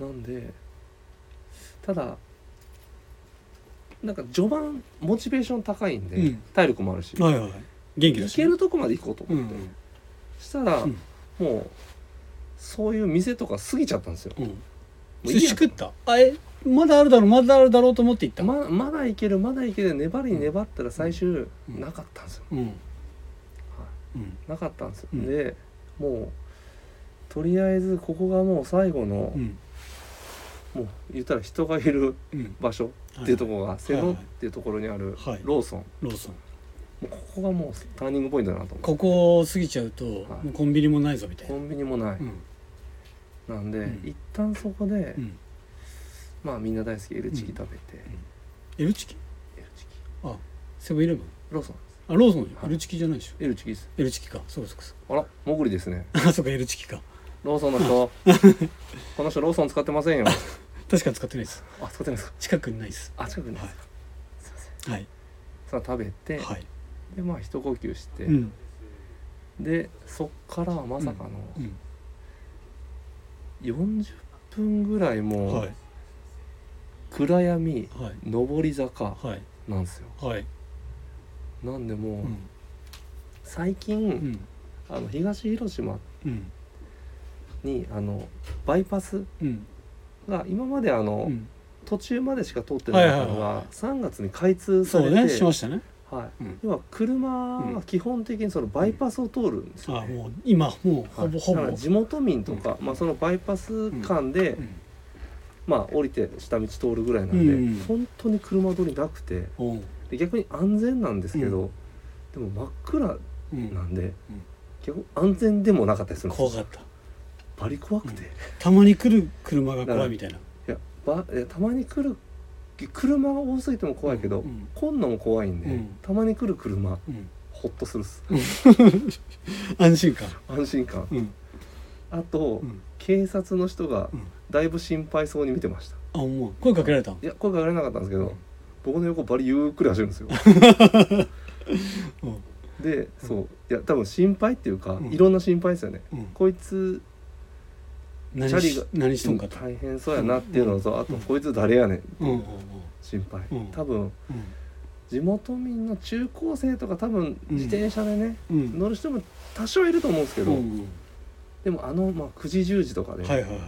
S2: なんでただなんか序盤モチベーション高いんで、
S1: うん
S2: 体力もあるし、
S1: はいはいはい元気だ
S2: 行
S1: しね
S2: けるとこまで行こうと
S1: う
S2: 思って、
S1: ん
S2: したら、
S1: うん
S2: もうそういう店とか過ぎちゃったんですよ
S1: うん
S2: ういい
S1: 寿
S2: や
S1: 司食ったあえまだあるだろうまだあるだろうと思って行った、
S2: ままだいけるまだいける粘りに粘ったら最終、
S1: うん
S2: なかったんですよ
S1: うんうん
S2: なかったんですよ、
S1: うん
S2: でもうとりあえずここがもう最後の、
S1: うん
S2: もう言ったら人がいる
S1: うん
S2: 場所っていうところが、瀬野っていうところにある
S1: はい
S2: ローソン、
S1: ローソン
S2: もうここがもうターニングポイントだなと思って
S1: ここを過ぎちゃうと、
S2: はい
S1: もうコンビニもないぞみたい
S2: コ
S1: な、
S2: ンビニもない、
S1: うん
S2: なんで、
S1: うん
S2: 一旦そこで、
S1: うん、
S2: まあみんな大好きエルチキ食べて、
S1: L チキ
S2: エルチキ
S1: セブンイレブン
S2: ローソンです
S1: あローソンよ、
S2: はい
S1: L チキじゃないでしょ
S2: エルチキです。
S1: L チキかそうそうそ
S2: あら、もぐりですね。
S1: うあそうか [LAUGHS] L チキか
S2: ローソンの
S1: [LAUGHS]
S2: 人。この人ローソン使ってませんよ。
S1: 確かに使ってないです
S2: あ、使ってないですか。
S1: 近くにないです
S2: あ、近くに。
S1: はい
S2: すいません。
S1: はい
S2: さあ食べて、
S1: はい
S2: でまあ一呼吸して、
S1: うん
S2: でそっからはまさかの
S1: うん
S2: 40分ぐらいも
S1: は
S2: う
S1: い
S2: 暗闇、
S1: はい
S2: 上り坂
S1: はい
S2: なんですよ。
S1: はい
S2: なんで
S1: う
S2: もうん最
S1: う
S2: 近、
S1: ん
S2: あの東広島
S1: うん
S2: にあのバイパス
S1: うん
S2: が今まであの、
S1: うん
S2: 途中までしか通ってなかった
S1: はいはい
S2: の
S1: はいは
S2: が
S1: い
S2: 3月に開通
S1: そ
S2: さ
S1: う
S2: れて、
S1: ねしましたね
S2: はい
S1: うん
S2: 今車は基本的にそのバイパスを通るんですよ、
S1: あ
S2: ね
S1: もう今もうほぼほぼ、
S2: だから地元民とか、まあ、そのバイパス間で、
S1: ん
S2: まあ、降りて下道通るぐらいなんで、
S1: うん
S2: 本当に車通りなくて
S1: うん
S2: で逆に安全なんですけど、でも真っ暗
S1: うん
S2: なんで、逆に安全でもなかったりするんですよ
S1: 怖かった
S2: バリ怖くて、い
S1: たまに来る車が怖いみたいな
S2: やばいやたまに来る車が多すぎても怖いけど、
S1: うん
S2: こんなも怖いんで、
S1: うん
S2: たまに来る車
S1: うん、
S2: ホッとするっす
S1: 安心感
S2: 安心感
S1: うん
S2: あと、
S1: うん
S2: 警察の人が
S1: うん
S2: だいぶ心配そうに見てました
S1: あもう声かけられたの
S2: いや声かけられなかったんですけど、僕の横バリゆっくり走るんですよ
S1: [LAUGHS] うん
S2: でそういや多分心配っていうか、
S1: うん
S2: いろんな心配ですよね、
S1: うん
S2: こいつ
S1: 何
S2: チャリ
S1: し
S2: が
S1: 何しとんかと
S2: 大変そうやなっていうのと、あとこいつ誰やねん
S1: うんうんうん
S2: 心配、
S1: うん
S2: 多分地元民の中高生とか多分
S1: うん
S2: 自転車でね、
S1: うんうん
S2: 乗る人も多少いると思うんですけ
S1: う
S2: ど、
S1: ん
S2: でもあの、まあ、9時10時とか
S1: う
S2: で、
S1: んはいはいはい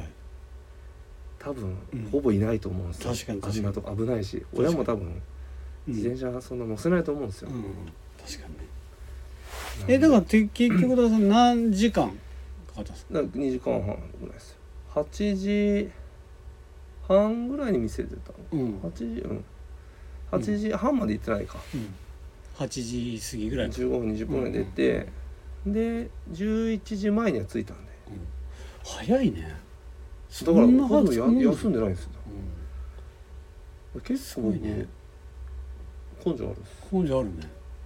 S2: 多分
S1: うん
S2: ほぼいないと思うんですよ、
S1: 確かに確かに
S2: あんなとこ危ないし親も多分
S1: うん
S2: 自転車そんな乗せないと思うんですよ、
S1: うん確かにねえだからて結局ださ何時間かかったんですか
S2: だから2時間半ぐらいですよ8時半ぐらいに店出たの
S1: うん、
S2: 8時うん8時半まで行ってないか、
S1: うん、8時過ぎぐらいか
S2: 15分20分ぐらい出て、で11時前には着いたんで
S1: 早いね
S2: だから
S1: そんな
S2: ほぼや
S1: そんな
S2: 休んでないんですよ
S1: うん
S2: 結構
S1: すごいね
S2: 根性あるんです
S1: 根性あるね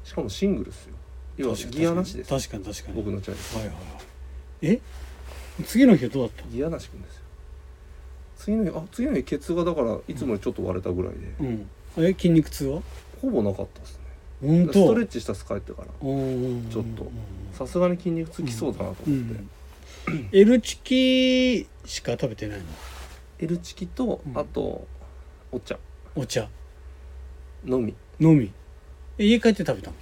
S2: しかもシングルっすよ要は
S1: 確かに
S2: ギアなしです
S1: 確かに確かに
S2: 僕のチャリ
S1: はいはいはいえ次の日はどうだっ
S2: ギアなしくんですよ次の日あ次の日ケツがだからいつもよりちょっと割れたぐらいで、
S1: たうんえ筋肉痛は
S2: ほぼなかったですね
S1: 本当
S2: ストレッチしたっす帰ってから
S1: ち
S2: ちょっとさすがに筋肉つきそうだなと思って、
S1: L チキしか食べてないの
S2: L チキと
S1: うん
S2: あとお茶
S1: お茶
S2: のみ
S1: のみえ家帰って食べたの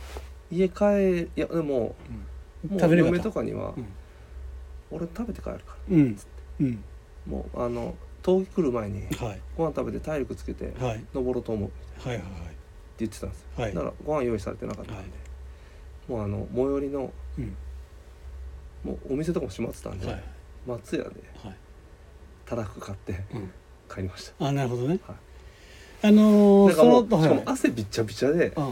S2: 家帰いやでもも
S1: 食
S2: う
S1: べれなか
S2: 嫁
S1: った
S2: とかには
S1: うん
S2: 「俺食べて帰るから
S1: うんうん」
S2: もうあの冬季来る前に
S1: はい
S2: ご飯食べて体力つけて
S1: はい
S2: 登ろうと思うって
S1: はいはい
S2: 言ってたんですよ
S1: はい
S2: だ
S1: はい
S2: からご飯用意されてなかったんで、もうあの最寄りの
S1: うん
S2: もうお店とかも閉まってたんで、
S1: はいはい
S2: 松屋でたらふく買って
S1: うん
S2: 帰りました
S1: あなるほどね
S2: はい
S1: あのー
S2: だからもう
S1: そ
S2: し
S1: の
S2: かも
S1: は
S2: 汗びっちゃびちゃで
S1: いう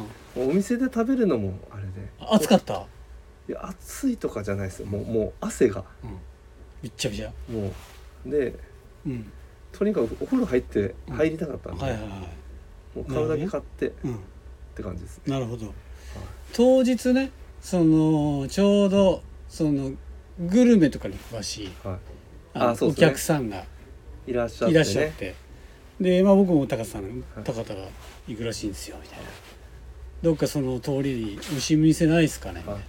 S1: ん
S2: お店で食べるのもあれで
S1: 暑かった
S2: いや暑いとかじゃないですよもうもう汗が
S1: うんびっちゃびちゃ
S2: もうで
S1: うん
S2: とにかくお風呂入って
S1: うん
S2: 入りたかったんで、
S1: はいはいはい
S2: もう買うだけ買ってっ
S1: うん
S2: て感じですね
S1: なるほど当日ねそのちょうどそのグルメとかに詳しい
S2: は
S1: あの
S2: あそう
S1: お
S2: ですね
S1: 客さんが
S2: いいらっしゃっ
S1: い
S2: て
S1: らっしゃっ
S2: ね
S1: てで、まあ、僕も高田さん
S2: はい
S1: 高田が行くらしいんですよみたいなどっかその通りに美味しい店ないですかねみたい
S2: は
S1: な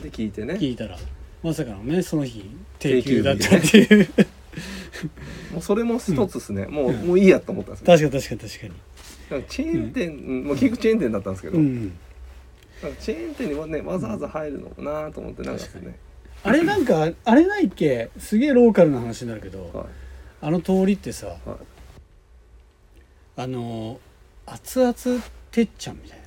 S1: い
S2: で聞いてね
S1: 聞いたらまさかのねその日定
S2: 定
S1: 休
S2: 休日
S1: だったっていう [LAUGHS] 確
S2: もうそれも一つですね、もう、
S1: うん
S2: もういいやと思ったんです
S1: か
S2: ね
S1: に確かに確かに
S2: だからチェーン店、うんもう結局チェーン店だったんですけど、
S1: うん
S2: なんかチェーン店にもねわざわざ入るのもなーと思ってなんかですね、
S1: あれなんかあれないっけすげえローカルな話になるけ
S2: は
S1: ど
S2: い
S1: あの通りってさ
S2: はい
S1: あの熱々てっちゃんみたいな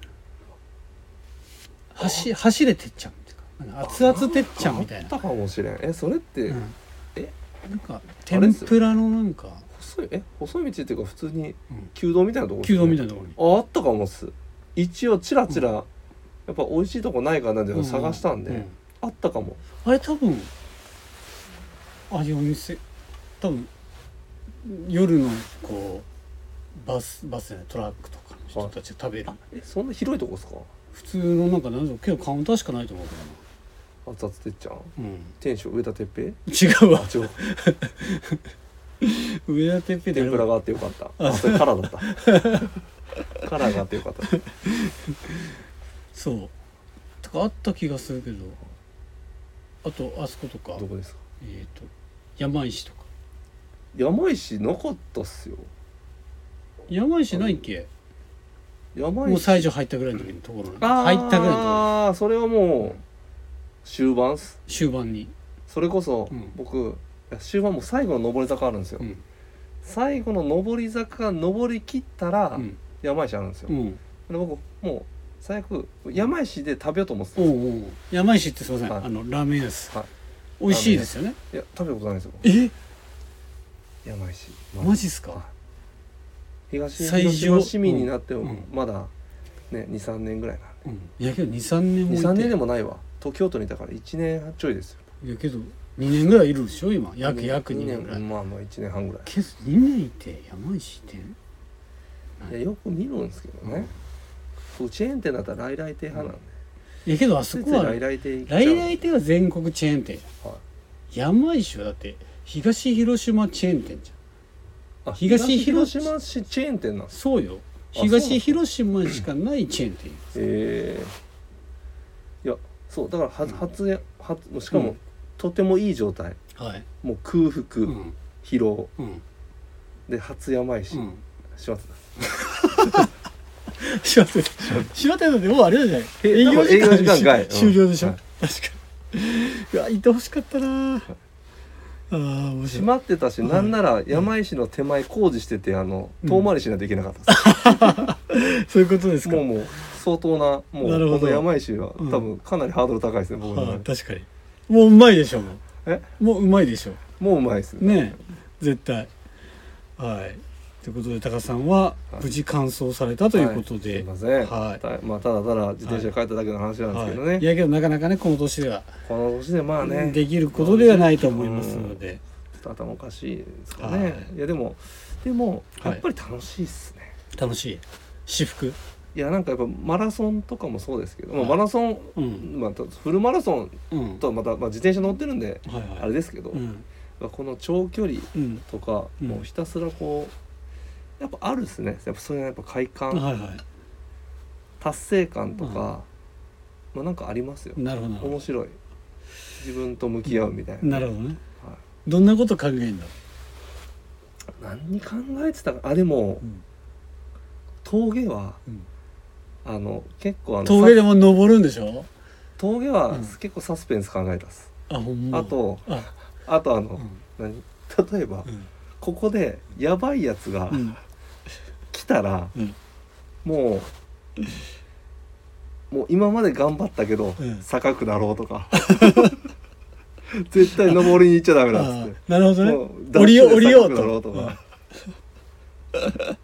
S1: 走走れてっちゃんみたいななんか熱々てっちゃんみたいな
S2: あったかもしれんえそれって、
S1: うん
S2: え
S1: なんか
S2: あれっ
S1: 天
S2: すよ
S1: ぷらのなんか
S2: 細いえ細い道っていうか普通に
S1: うん
S2: 旧道みたいなところ
S1: 弓道みたい
S2: な
S1: なところに
S2: ああったかもっす一応チラチラ、やっぱ美味しいとこないかなっていうのを探したんで、
S1: うう
S2: あったかも
S1: あれ多分あれお店多分夜のこうバスバスじゃないトラックとかの人たちが食べる
S2: えそんな広いとこですか
S1: 普通のなんか何だろう結構カウンターしかないと思うけ
S2: 熱々てっちゃん
S1: どな、
S2: 店主上田哲平
S1: うん、違うわ
S2: あ
S1: [LAUGHS]
S2: 違う
S1: 上田てっぺ
S2: 天ぷら
S1: が
S2: があってよかったあそれカラーだったカラーがあってよかった [LAUGHS]
S1: そうとかあった気がするけどあとあそことか
S2: どこですか
S1: えっ、と山石とか
S2: 山石なかったっすよ
S1: 山石ないっけ
S2: 山石
S1: もう最初入ったぐらいの時のところに
S2: あー
S1: 入ったぐらいのところ
S2: それはもう終盤っす
S1: 終盤に、
S2: それこそ
S1: うん
S2: 僕、いや終盤もう最後の上り坂あるんですよ、
S1: うん
S2: 最後の上り坂が上りきったら
S1: うん
S2: 山石あるんですよ、
S1: うん
S2: で僕もう最悪山石で食べようと思ってた
S1: お
S2: ん
S1: う
S2: で
S1: おう山石ってすいません、
S2: はい
S1: あのラーメン屋です、
S2: はい
S1: 美味しいですよね
S2: すいや食べたことないんですよ
S1: え
S2: 山石
S1: マジっすか
S2: 東
S1: 最上
S2: 広島市民になって
S1: うんうん
S2: もまだね23年ぐらいなん
S1: うんいやけど23年
S2: で
S1: 置いて
S2: 23年でもないわ東京都にいたから1年ちょいですよ
S1: いやけど2年ぐらいいるでしょ今約約2
S2: 二
S1: 年ぐらい、
S2: まあまあ1年半ぐらい
S1: けど2年いて山石って
S2: いやよく見るんですけどね、そうチェーン店だったら来来亭派なんで、
S1: いやけどあ
S2: つ
S1: そ
S2: い
S1: こ
S2: つい
S1: は
S2: 来来亭行っちゃう
S1: 来来亭は全国チェーン店じ
S2: はい
S1: ゃん山石はだって東広島チェーン店じゃん
S2: あ
S1: 東
S2: 東
S1: 広
S2: 広
S1: 島
S2: 島市チェーン店なんです
S1: そうよ
S2: あそうなんですか
S1: 東広島しかないチェーン店
S2: ええいやそうだからは初や初もうしかも、
S1: うん
S2: とてもいい状態
S1: はい
S2: もう空腹、
S1: うん
S2: 疲労
S1: うん
S2: で初山石、
S1: うん
S2: 島津
S1: しまってたしまってたってもうあれだじゃない
S2: え
S1: 営業時
S2: 営業時間
S1: 間
S2: 外うん
S1: 終了でしょ、
S2: はい
S1: 確かにうわいてほしかったなああー面白
S2: 閉
S1: い
S2: まってたし、なんなら山石の手前工事しててあの
S1: うん
S2: 遠回りしないといけなかったで
S1: そういうことです
S2: す、
S1: か
S2: もうもう相当なも
S1: なるほど
S2: うこの山石は、
S1: うん
S2: 多分かなりハードル高いですね僕の
S1: は
S2: 中
S1: い
S2: で
S1: 確かにもううまいでしょも
S2: え
S1: うもううまいでしょ
S2: もううまいですね
S1: ねえ絶対はいということで高さんは無事完走されたということ
S2: すい
S1: で、
S2: ません、
S1: はい
S2: たまあ、ただただ自転車で帰っただけの話なんですけどね、
S1: はい、いやけどなかなかねこの年では
S2: この年でまあね
S1: できることではないと思いますので、
S2: ちょっと頭おかしいですかね、
S1: はい
S2: い、やでもでも
S1: はい
S2: やっぱり楽しいっすね、
S1: 楽しい私服
S2: い、やなんかやっぱマラソンとかもそうですけど、まあ
S1: はい
S2: マラソン、
S1: うん
S2: まあ、フルマラソン
S1: うん
S2: とはまた、まあ、自転車乗ってるんで
S1: はいはい
S2: あれですけど、
S1: うん
S2: まあこの長距離
S1: うん
S2: とか、
S1: うん
S2: もうひたすらこうやっぱあるっすねやっぱそういうやっぱ快感、
S1: はいは
S2: 達成感とか、まあなんかありますよ
S1: い、なるほどなるほ
S2: 面白い自分と向き合うみたい
S1: ど
S2: な、
S1: なるほどね
S2: はい
S1: どんなこと考えるんだろ
S2: 何に考えてたかあでも、
S1: うん
S2: 峠は
S1: う、うん
S2: あの結構あの
S1: 峠で
S2: さ
S1: も登るんでしょ
S2: 峠は、
S1: うん
S2: 結構サスペンス考えたっす
S1: あほんま
S2: あと
S1: あ、
S2: あとあの、
S1: うん
S2: 何例えば、
S1: うん
S2: ここでやばいやつが
S1: うん
S2: 来たら、
S1: うん
S2: もうもう今まで頑張ったけど、
S1: うん
S2: 坂下ろうとか [LAUGHS] 絶対登りに行っちゃダメだっつっ
S1: あ
S2: て。
S1: なるほどね
S2: もう
S1: 降りよう降りよう
S2: ダッシュで坂下ろう
S1: と
S2: と
S1: うん
S2: か、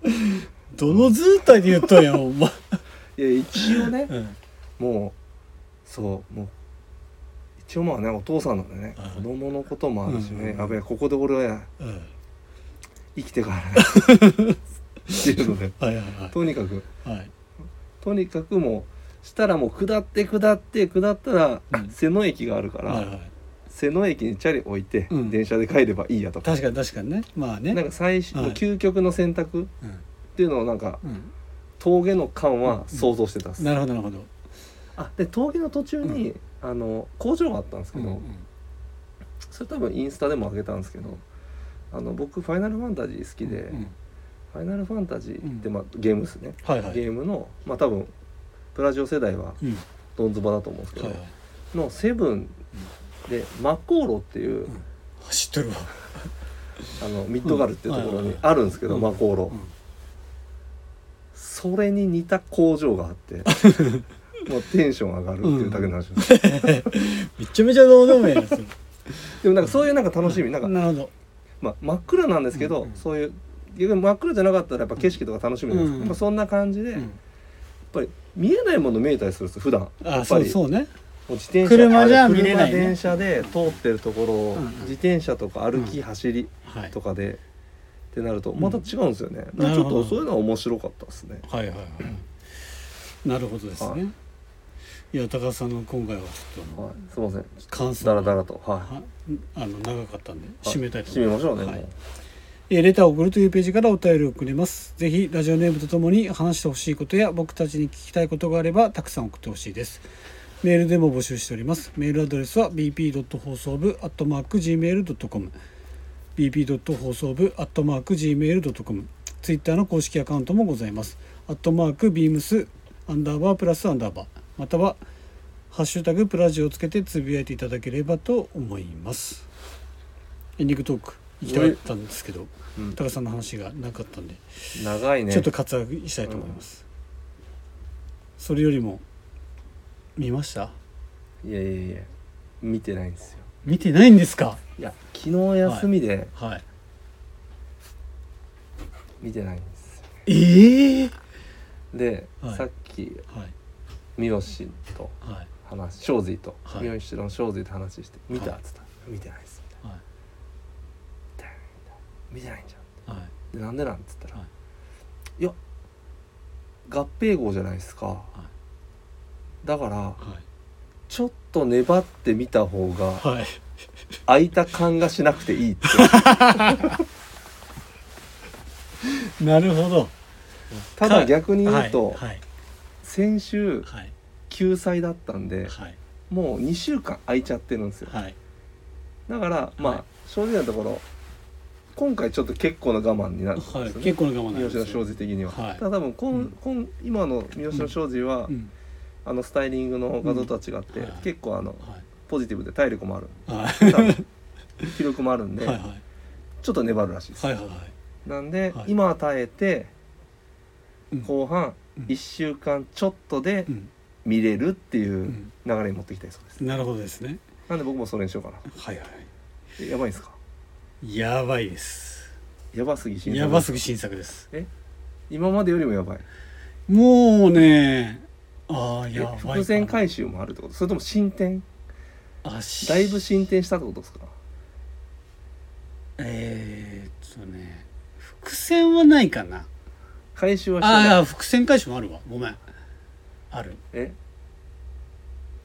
S1: どの図体で言っとんやほんま、
S2: いや一応ね
S1: うん
S2: もうそうもう一応まあねお父さんなんでね
S1: はい
S2: 子供のこともあるしね、
S1: うん
S2: やべえここで俺は
S1: うん、
S2: 生き
S1: [LAUGHS]
S2: てからねっていうので
S1: はいはいは
S2: とにかく
S1: いはい
S2: とにかくもうしたらもう下って下って下ったら、
S1: うん
S2: 瀬野駅があるから、
S1: はいはい
S2: 瀬野駅にチャリ置いて、
S1: うん
S2: 電車で帰ればいいやとか
S1: 確かに確かにねまあね
S2: なんか最終、
S1: はい
S2: 究極の選択っていうのをなんか
S1: うん
S2: 峠の感は想像してたっす、
S1: うん、なるほどなるほど、
S2: あで峠の途中に、あの工場があったんですけ
S1: うん
S2: ど、それ多分インスタでも上げたんですけどあの僕ファイナルファンタジー好きで、
S1: うん
S2: ファイナルファンタジーって、
S1: うん
S2: まあ、ゲームですね、
S1: はいはい
S2: ゲームのまあ多分プラジオ世代は
S1: うん
S2: ドンズバだと思うんですけど、
S1: はいはい
S2: のセブンでマコーロってい
S1: ん
S2: う、
S1: 知っとるわ、
S2: あのミッドガルっていうところにあるんですけど、
S1: うん
S2: マコーロ、
S1: うん
S2: それに似た工場があって
S1: [LAUGHS]
S2: もうテンション上がるっていうだけの話です、
S1: めちゃめちゃどうでもええやつ
S2: でもなんかそういうなんか楽しみ、なんか
S1: なるほど
S2: まあ、真っ暗なんですけど、
S1: うんうん
S2: そういう逆に真っ暗じゃなかったらやっぱ景色とか楽しみなんですけど、
S1: うん
S2: やっぱそんな感じで、
S1: う
S2: やっ
S1: ん
S2: ぱり見えないもの見えたりするんですよ普段や
S1: あ
S2: っぱ
S1: そう
S2: り
S1: そうね
S2: もう自転車
S1: 車じゃ見れないね
S2: 車電車で通ってるところを、
S1: うんうん
S2: 自転車とか歩き、
S1: うん
S2: 走り
S1: はい
S2: とかで、ってなるとまた違うんですよね、
S1: な
S2: ち
S1: る
S2: ょ
S1: ほ
S2: っ
S1: ど
S2: とそういうのは面白かったですね
S1: はいはいはいなるほどですね、
S2: はい
S1: い、や高田さんの今回はちょっとあの
S2: はいすいません
S1: 感想が
S2: だらだらとはい、
S1: はあの長かったんで
S2: はい
S1: 締めたいと
S2: 締めましょうね、
S1: はい
S2: もう
S1: えーレターを送るというページからお便りをくれます。ぜひラジオネームとともに話してほしいことや僕たちに聞きたいことがあればたくさん送ってほしいです。メールでも募集しております。メールアドレスは bp. 放送部 .gmail.com bp. 放送部 .gmail.com ツイッターの公式アカウントもございます。アットマークビームスアンダーバープラスアンダーバーまたはハッシュタグプラジオをつけてつぶやいていただければと思います。エンディングトーク行きたかったんですけど
S2: うん
S1: 高さんの話がなかったんで、
S2: 長いね
S1: ちょっと活躍したいと思います、それよりも見ました
S2: いやいやいや見てないんですよ
S1: 見てないんですか
S2: いや昨日休みで
S1: はい
S2: 見てないんですよ、
S1: ええ
S2: で、
S1: はい
S2: さっき
S1: はい
S2: 三好と
S1: はい
S2: 話正髄と、
S1: はい
S2: 三好の正髄と話して「見た?」
S1: は
S2: っ
S1: い
S2: つったら「見てないっす」みたい
S1: は
S2: な「見てないんじゃん」
S1: いはい
S2: でなんでなんっつったら「、
S1: はい
S2: や合併号じゃないですか、だから
S1: は
S2: ちょっと粘ってみた方が
S1: いはい
S2: 空いた感がしなくていい」
S1: [LAUGHS]
S2: って
S1: なるほど
S2: ただ逆に
S1: は
S2: 言う
S1: い
S2: と、
S1: はい
S2: 先週
S1: はい
S2: 救済だったんで
S1: はい
S2: もう2週間空いちゃってるんですよ
S1: はい
S2: だからまあ、
S1: はい
S2: 正直なところ今回ちょっと結構な我慢になるんですよ
S1: は
S2: ね
S1: い、結構の我慢なん
S2: 三好
S1: で
S2: の
S1: すよ
S2: 正直的には、
S1: はい
S2: ただ多分こん、
S1: うん
S2: こん今の三好の正直は、
S1: うん
S2: あのスタイリングの画像とは違って、
S1: うんはい
S2: 結構あの
S1: はい
S2: ポジティブで体力もある
S1: はい [LAUGHS]
S2: 多分気力もあるんで、
S1: はいはい
S2: ちょっと粘るらしいです、
S1: はいはいはい
S2: なんで、
S1: はい
S2: 今は耐えて
S1: うん
S2: 後半
S1: うん
S2: 1週間ちょっとで
S1: うん
S2: 見れるっていううん流れに持っていきたいそうです、
S1: なるほどですね
S2: なんで僕もそれにしようかな
S1: はいは
S2: えやばいんですか
S1: いやばいです
S2: やばすぎ新作
S1: やばすぎ新作です
S2: 今までよりもやばい
S1: もうねああ
S2: え
S1: やばいかな
S2: 伏線回収もあるってことそれとも進展
S1: あし
S2: だいぶ進展したってことですか
S1: えー、っとね伏線はないかな
S2: 回収はして
S1: あ
S2: ない
S1: あ伏線回収もあるわごめんある
S2: え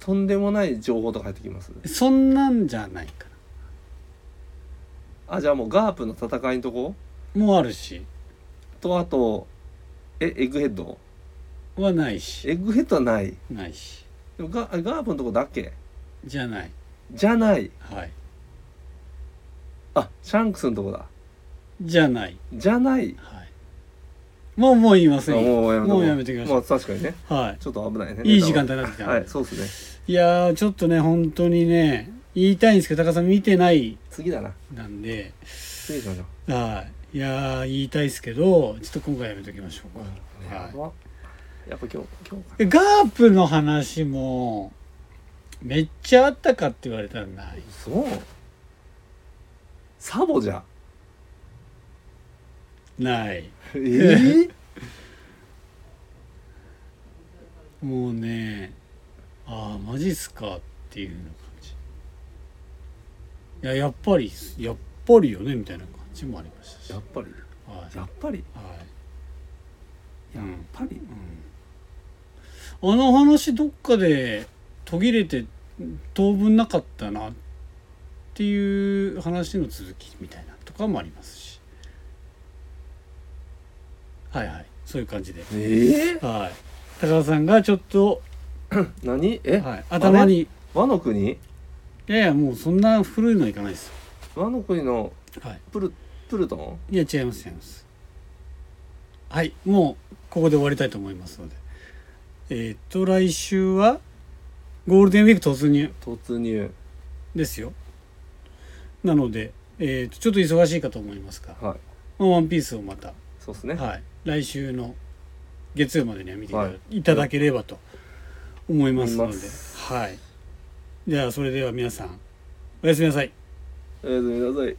S2: とんでもない情報とか入ってきます
S1: そんなんじゃないか
S2: あじゃあもうガープの戦いのとこ
S1: なもうあるし
S2: とあとえエッグヘッド
S1: はないし
S2: エッグヘッドはない
S1: ないし
S2: でもガガープのとこだけ
S1: じゃない
S2: じゃない
S1: はい
S2: あシャンクスのとこだ
S1: じゃない
S2: じゃない
S1: はいもうもう言いま
S2: あ
S1: せんよ
S2: もうやめ
S1: もうやめてください
S2: まあ確かにね
S1: はい
S2: ちょっと危ないね
S1: いい時間帯になってきた
S2: はいそうですね
S1: いやーちょっとね本当にね言いたいんですけど高さん見てない
S2: 次だな
S1: なんで
S2: 次にしましょう
S1: はいいやー言いたいですけどちょっと今回やめときましょうか、
S2: や
S1: はい
S2: ばやっぱ今日今日か
S1: ガープの話もめっちゃあったかって言われたらない
S2: そうサボじゃん
S1: ない
S2: ええ
S1: もうねああマジっすかっていうような感じいややっぱりやっぱりよねみたいな感じもありましたし
S2: やっぱり
S1: はい
S2: やっぱり
S1: はい
S2: やっぱり
S1: うん、あの話どっかで途切れて当分なかったなっていう話の続きみたいなとかもありますしはいはいそういう感じで
S2: ええ
S1: はい高田さんがちょっと、
S2: 何え、
S1: はい、頭に
S2: 和の国
S1: いやいやもうそんな古いのはいかないです
S2: 和の国の
S1: はい
S2: プルプルトン
S1: いや違います違いますはいもうここで終わりたいと思いますのでえーっと来週はゴールデンウィーク突入
S2: 突入
S1: ですよなので、えーっとちょっと忙しいかと思いますが「
S2: はい
S1: まあワンピースをまた、
S2: そうですね、
S1: はい、来週の月曜までには見ていた,、
S2: はい
S1: だければと思いますの
S2: 思い
S1: で
S2: ま
S1: はいではそれでは皆さんおやすみなさい
S2: おやすみなさい